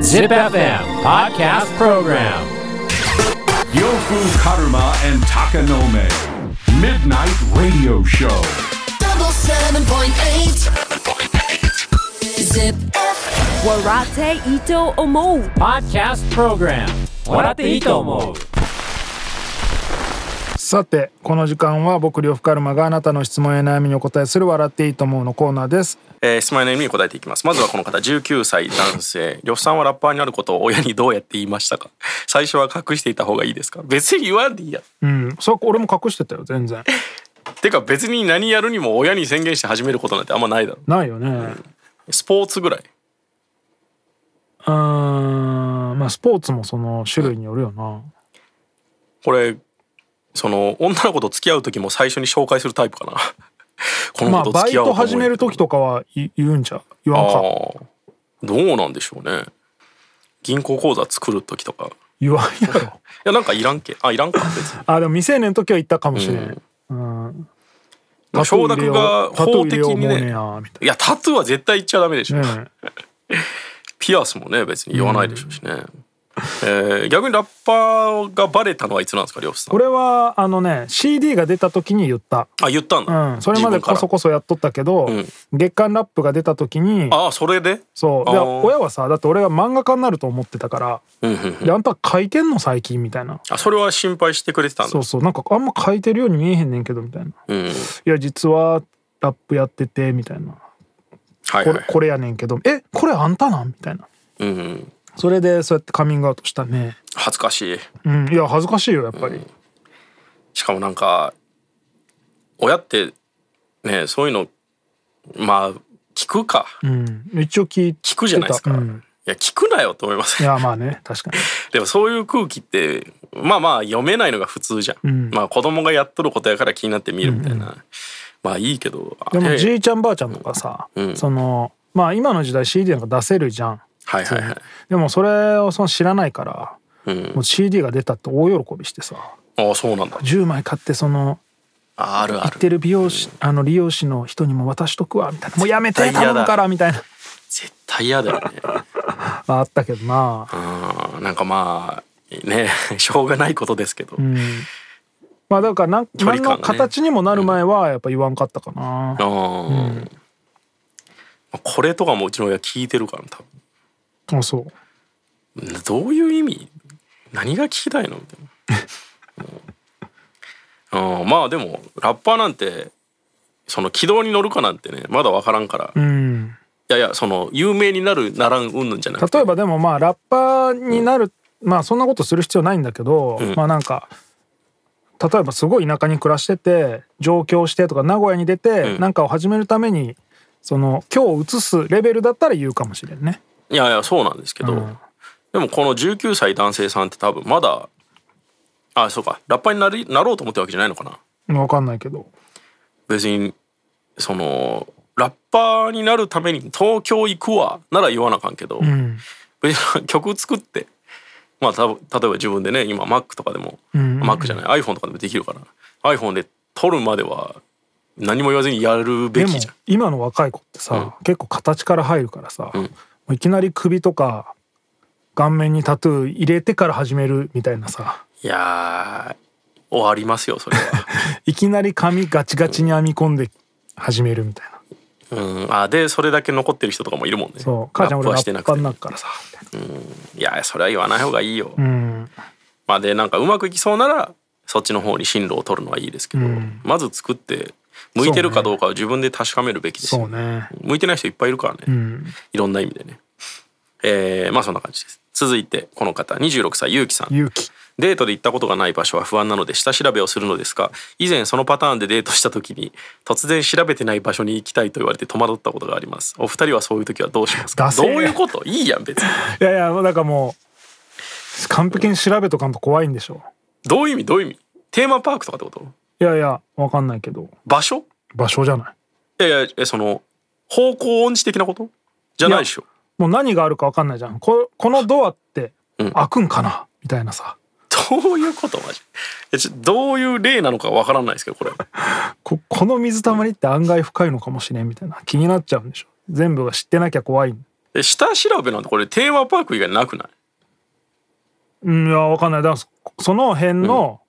Zip FM Podcast Program Yofu Karuma and Takanome. Midnight Radio Show. double seven point eight. Zip. Warate Ito Omo. Podcast Program 笑っていいと思うさてこの時間は僕呂布カルマがあなたの質問や悩みにお答えする「笑っていいと思う」のコーナーですえー質問や悩みに答えていきますまずはこの方19歳男性呂布さんはラッパーになることを親にどうやって言いましたか最初は隠していた方がいいですか別に言わんでいいやうんそれ俺も隠してたよ全然てか別に何やるにも親に宣言して始めることなんてあんまないだろないよねうスポーツぐらいーんまあスポーツもその種類によるよなこれその女の子と付き合う時も最初に紹介するタイプかな こまのあ子とバ付イき合おうトと思始める時とかはい言うんじゃ言わんかああどうなんでしょうね銀行口座作る時とかい言わん やろやなんかいらんけあいらんか 別にあでも未成年の時は言ったかもしれない、うんまあ承諾がタトゥ法ー入的れように思うねねやみたいやタトゥーは絶対言っちゃダメでしょ、いな、ねえ、ピアスもね別に言わないでしょうしね、えー逆にラッパーがバレたのはいつなんですか漁師さん俺はあのね CD が出た時に言ったあ言ったんだ、うん、それまでこそこそやっとったけど、うん月刊ラップが出た時にああそれでそうあでー親はさだって俺が漫画家になると思ってたからうんう「んであんた書いてんの最近」みたいなあそれは心配してくれてたんだそうそうなんかあんま書いてるように見えへんねんけどみたいな「うんはいいや実はラップやってて」みたいな「はいこれこれやねんけどえこれあんたなん?」みたいなうんうん、それでそうやってカミングアウトしたね恥ずかしいうんいや恥ずかしいよやっぱり、しかもなんか親ってねそういうのまあ聞くかうん、一応聞い聞くじゃないですか、ういんや聞くなよと思いまいせんやまあね確かにでもそういう空気ってまあまあ読めないのが普通じゃん、んまあ子供がやっとることやから気になって見るみたいな、まあいいけどあでもええじいちゃんばあちゃんとかさ、うんそのまあ今の時代 CD なんか出せるじゃんはいはいはいでもそれをその知らないから、うんもう CD が出たって大喜びしてさああそうなんだ10枚買ってそのああるあ行ってるる美容師あの利用師の人にも渡しとくわみたいなもうやめて絶対嫌頼だむからみたいな絶対嫌だよねあったけどなうんなんかまあね しょうがないことですけど、うんまあだからなん距離何感がねの形にもなる前はやっぱ言わんかったかな、あーこれとかもうちの親聞いてるから多あそう分どういう意味何が聞きたいのみたいなうんうんまあでもラッパーなんてその軌道に乗るかなんてねまだ分からんから、いうんやいやその有名になるならんうんぬんじゃなくて例えばでもまあラッパーになる、まあそんなことする必要ないんだけど、んまあなんか例えばすごい田舎に暮らしてて上京してとか名古屋に出てうんなんかを始めるためにその今日を移すレベルだったら言うかもしれんね。いやいやそうなんですけど、うんでもこの19歳男性さんって多分まだあそうかラッパーになりなろうと思ってるわけじゃないのかなわかんないけど。別にそのラッパーになるために東京行くわなら言わなあかんけど、うん。別に曲作ってまあた例えば自分でね今 Mac とかでも、ん Mac じゃない iPhone とかでもできるから iPhone で撮るまでは何も言わずにやるべでもきじゃん。今の若い子ってさ、結構形から入るからさ、んもういきなり首とか顔面にタトゥー入れてから始めるみたいなさいやー終わりますよそれは。 いきなり髪ガチガチに編み込んで始めるみたいな。うん、あでそれだけ残ってる人とかもいるもんねそう母ちゃん俺ラップはラしてッなパーにくてなるからさいやそれは言わない方がいいよ、うんまあでなんかうまくいきそうならそっちの方に進路を取るのはいいですけど、うんまず作って向いてるかどうかは自分で確かめるべきですそよ、うね向いてない人いっぱいいるからね、うんいろんな意味でねえーまあそんな感じです続いてこの方26歳ゆうきさん勇気デートで行ったことがない場所は不安なので下調べをするのですが以前そのパターンでデートした時に突然調べてない場所に行きたいと言われて戸惑ったことがありますお二人はそういう時はどうしますかダどセうーいうこといいやん別にいやいやだからもう完璧に調べとかんと怖いんでしょどういう意味どういう意味テーマパークとかってこといやいやわかんないけど場所場所じゃないいやいやえその方向音痴的なことじゃないでしょもう何があるかわかんないじゃんここのドアってうん開くんかなみたいなさどういうことマジえちょどういう例なのかわからないですけどこれここの水たまりって案外深いのかもしれんみたいな気になっちゃうんでしょ全部が知ってなきゃ怖いで下調べなんてこれテーマパーク以外なくないうんいやわかんないだからそその辺の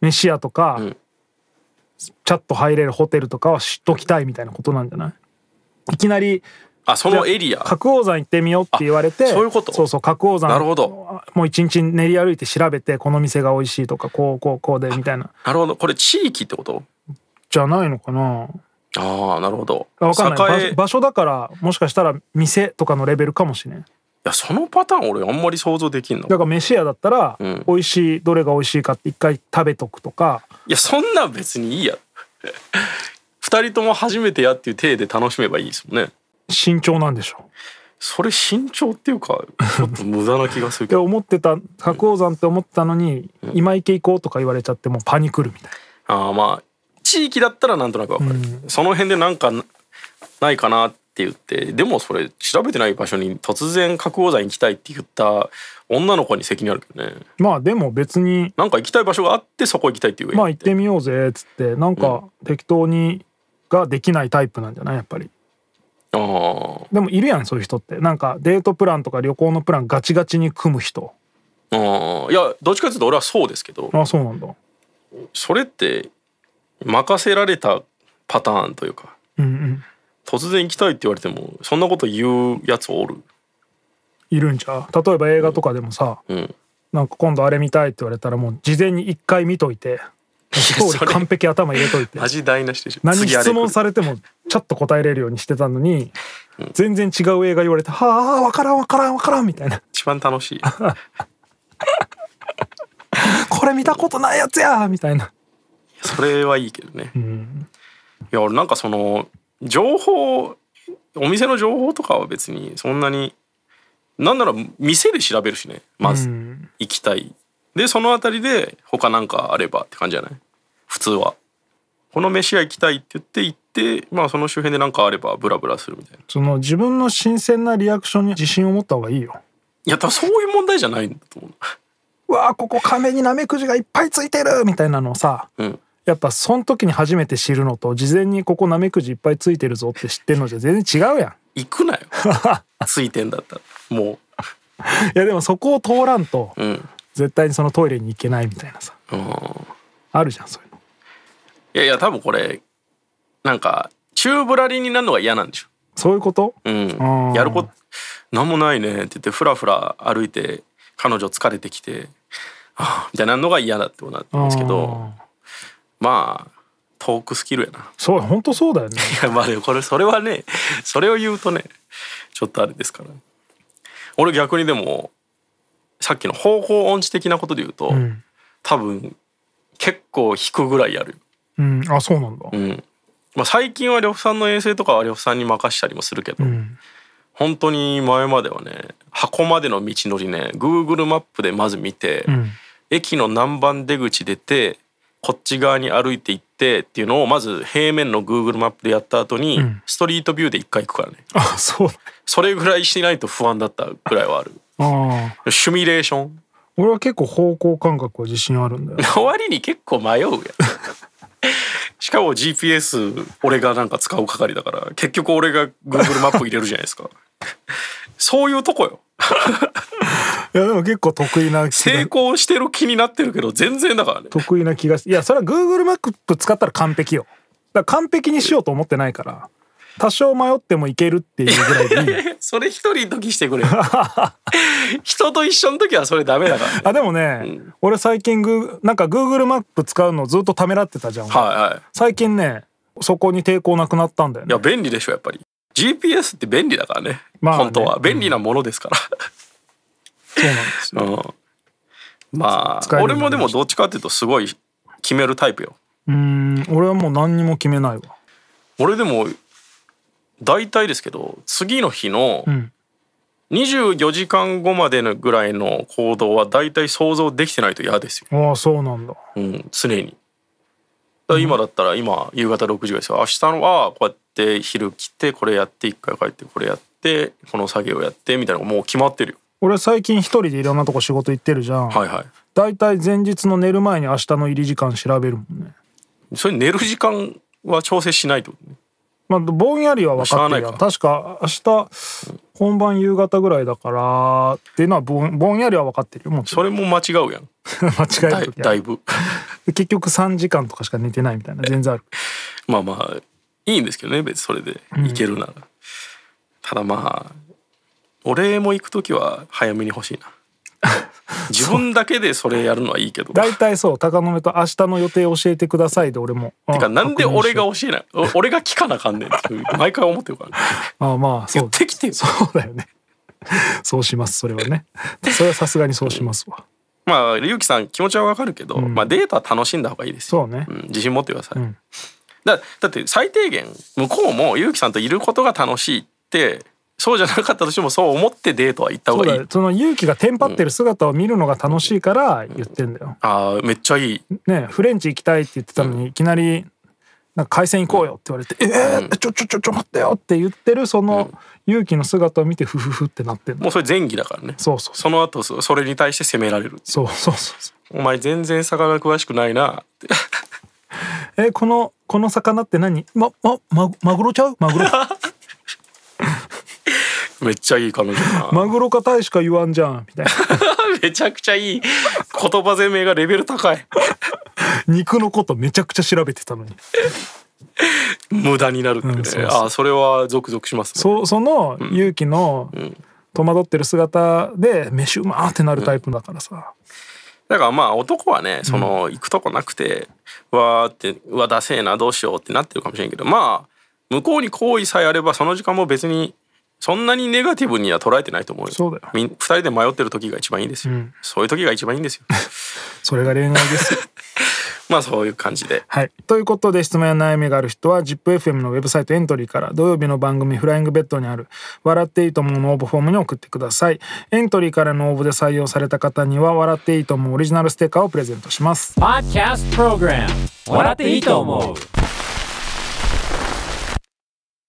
飯屋とか、んチャット入れるホテルとかは知っときたいみたいなことなんじゃないいきなりあそのエリじゃあア角王山行ってみようって言われてあそういうことそうそう角王山なるほどもう一日練り歩いて調べてこの店が美味しいとかこうこうこうでみたいななるほどこれ地域ってことじゃないのかなああなるほどわかんない場栄所場所だからもしかしたら店とかのレベルかもしれんいやそのパターン俺あんまり想像できんのだから飯屋だったらん美味しいどれが美味しいかって一回食べとくとかいやそんなん別にいいや 二人とも初めてやっていう体で楽しめばいいですもんね慎重なんでしょそれ慎重っていうかちょっと無駄な気がするうでけど思ってた白王山って思ってたのに今池行こうとか言われちゃってもうパニクるみたいああまあ地域だったらなんとなくわかる、その辺でなんかなないかなって言ってでもそれ調べてない場所に突然覚悟剤行きたいって言った女の子に責任あるけどねなまあでも別になんか行きたい場所があってそこ行きたいっていうまあ行ってみようぜっつってなんか適当にができないタイプなんじゃないやっぱりあーでもいるやんそういう人ってなんかデートプランとか旅行のプランガチガチに組む人あーいやどっちかっていうと俺はそうですけどあそうなんだそれって任せられたパターンというかうんうん突然行きたいって言われてもそんなこと言うやつおるいるんちゃう例えば映画とかでもさ、んなんか今度あれ見たいって言われたらもう事前に一回見といてストーリそーれ完璧頭入れと いてマジ台無しでしょ何次あれ質問されてもちゃっと答えれるようにしてたのに、全然違う映画言われて「はあ分からん分からん分からん」みたいな一番楽しい「これ見たことないやつや!」みたいなそれはいいけどね、いや俺なんかその情報お店の情報とかは別にそんなになんなら店で調べるしねまず行きたい、でその辺りで他なんかあればって感じじゃない普通はこの飯屋行きたいって言って行ってまあその周辺でなんかあればブラブラするみたいないその自分の新鮮なリアクションに自信を持った方がいいよ。や多分そういう問題じゃないんだと思うわあここ亀にナメクジがいっぱいついてるみたいなのをさううんやっぱその時に初めて知るのと事前にここナメクジいっぱいついてるぞって知ってるのじゃ全然違うやん。行くなよついてんだったらもいやでもそこを通らんとううん絶対にそのトイレに行けないみたいなさうんあるじゃんそういうの。いやいや多分これなんか宙ぶらりんになるのが嫌なんでしょそういうこと、うんあーやること何もないねって言ってふらふら歩いて彼女疲れてきてあーみたいなのが嫌だってことなんですけどあーまあトークスキルやな そう本当そうだよね。いやまあでもこれそれはねそれを言うとねちょっとあれですから俺逆にでもさっきの方向音痴的なことで言うと、うん、多分結構引くぐらいやるようん、あそうなんだ。うんまあ、最近は呂布さんの遠征とかは呂布さんに任したりもするけど、ん本当に前まではね箱までの道のりね Google マップでまず見て、うん駅の南蛮出口出てこっち側に歩いて行ってっていうのをまず平面の Google マップでやった後に、んストリートビューで一回行くからねあそう。それぐらいしないと不安だったぐらいはあるああシミュレーション俺は結構方向感覚は自信あるんだよ。 終わりに結構迷うやん しかも GPS 俺がなんか使う係だから結局俺が Google マップ入れるじゃないですか そういうとこよいやでも結構得意な気成が功してる気になってるけど全然だからね 得意な気がしいやそれは Google マップ使ったら完璧よ。だから完璧にしようと思ってないから多少迷ってもいけるっていうぐらいでいい よ。それ一人の時してくれよ 人と一緒の時はそれダメだから、ね、あでもね、俺最近グーなんか Google マップ使うのずっとためらってたじゃん、はいはい最近ねそこに抵抗なくなったんだよいやね便利でしょやっぱり GPS って便利だからね,、まあね本当は便利なものですからそうなんですよ うんま使あえるよう俺になもりでまもしどっちかっていうとすごい決めるタイプようーん俺はもう何にも決めないわ俺でも大体ですけど次の日のん24時間後までのぐらいの行動は大体想像できてないと嫌ですよ、ああそうなんだうん、常に。だから今だったら今夕方6時ぐらいですよ明日のはこうやって昼来てこれやって一回帰ってこれやってこの作業やってみたいなのがもう決まってるよ。俺最近一人でいろんなとこ仕事行ってるじゃん、はいはい。だいたい前日の寝る前に明日の入り時間調べるもんねそれ寝る時間は調整しないってことねまあ、ぼんやりは分かってるやんしゃ確か明日本番夕方ぐらいだからっていうのはぼんぼんやりは分かってるよもちそろんれも間違うやん間違えだるい時だはいぶ結局3時間とかしか寝てないみたいな全然あるまあまあいいんですけどね別にそれでいけるなら、ただまあ俺も行く時は早めに 欲しいな自分だけでそれやるのはいいけど大体そう高野目と明日の予定教えてくださいで俺もてかうなんで俺が確認しよ教えないお俺が聞かなあかんねんっていう毎回思ってるから、ね、うああまあそ言うってきてよそうだよね そうしますそれはねそれはさすがにそうしますわまあゆうきさん気持ちはわかるけど、まあ、データは楽しんだ方がいいですよそうねん、自信持ってください、んだだって最低限向こうもゆうきさんといることが楽しいってそうじゃなかったとしてもそう思ってデートは行った方そうがいだいよその勇気がテンパってる姿を見るのが楽しいから言ってんだよああめっちゃいいねフレンチ行きたいって言ってたのにいきなりなんか海鮮行こうよって言われて「えー、ちょちょちょちょ待ってよ」って言ってるその勇気の姿を見てフフフってなってんのもうそれ前儀だからねそうそうその後そそれに対して責められるそうそうそうそうお前全然魚詳しくないなってえーこのこの魚って何まままマグロちゃうマグロめっちゃいい彼女 だな、マグロかタイしか言わんじゃんみたいな めちゃくちゃいい言葉攻めがレベル高い肉のことめちゃくちゃ調べてたのに無駄になるってね、うんそうそうああそれはゾクゾクしますねそその勇気の戸惑ってる姿で飯うまーってなるタイプだからさ、だからまあ男はねその行くとこなくて、わーってうわダセえなどうしようってなってるかもしれんけどまあ向こうに好意さえあればその時間も別にそんなにネガティブには捉えてないと思うよそうだよみん二人で迷ってる時が一番いいですよ、そういう時が一番いいんですよそれが恋愛ですよまあそういう感じではい。ということで質問や悩みがある人は ZIPFM のウェブサイトエントリーから土曜日の番組フライングベッドにある笑っていいと思うの応募フォームに送ってください。エントリーからの応募で採用された方には笑っていいと思うオリジナルステッカーをプレゼントします。 Podcast Program 笑っていいと思う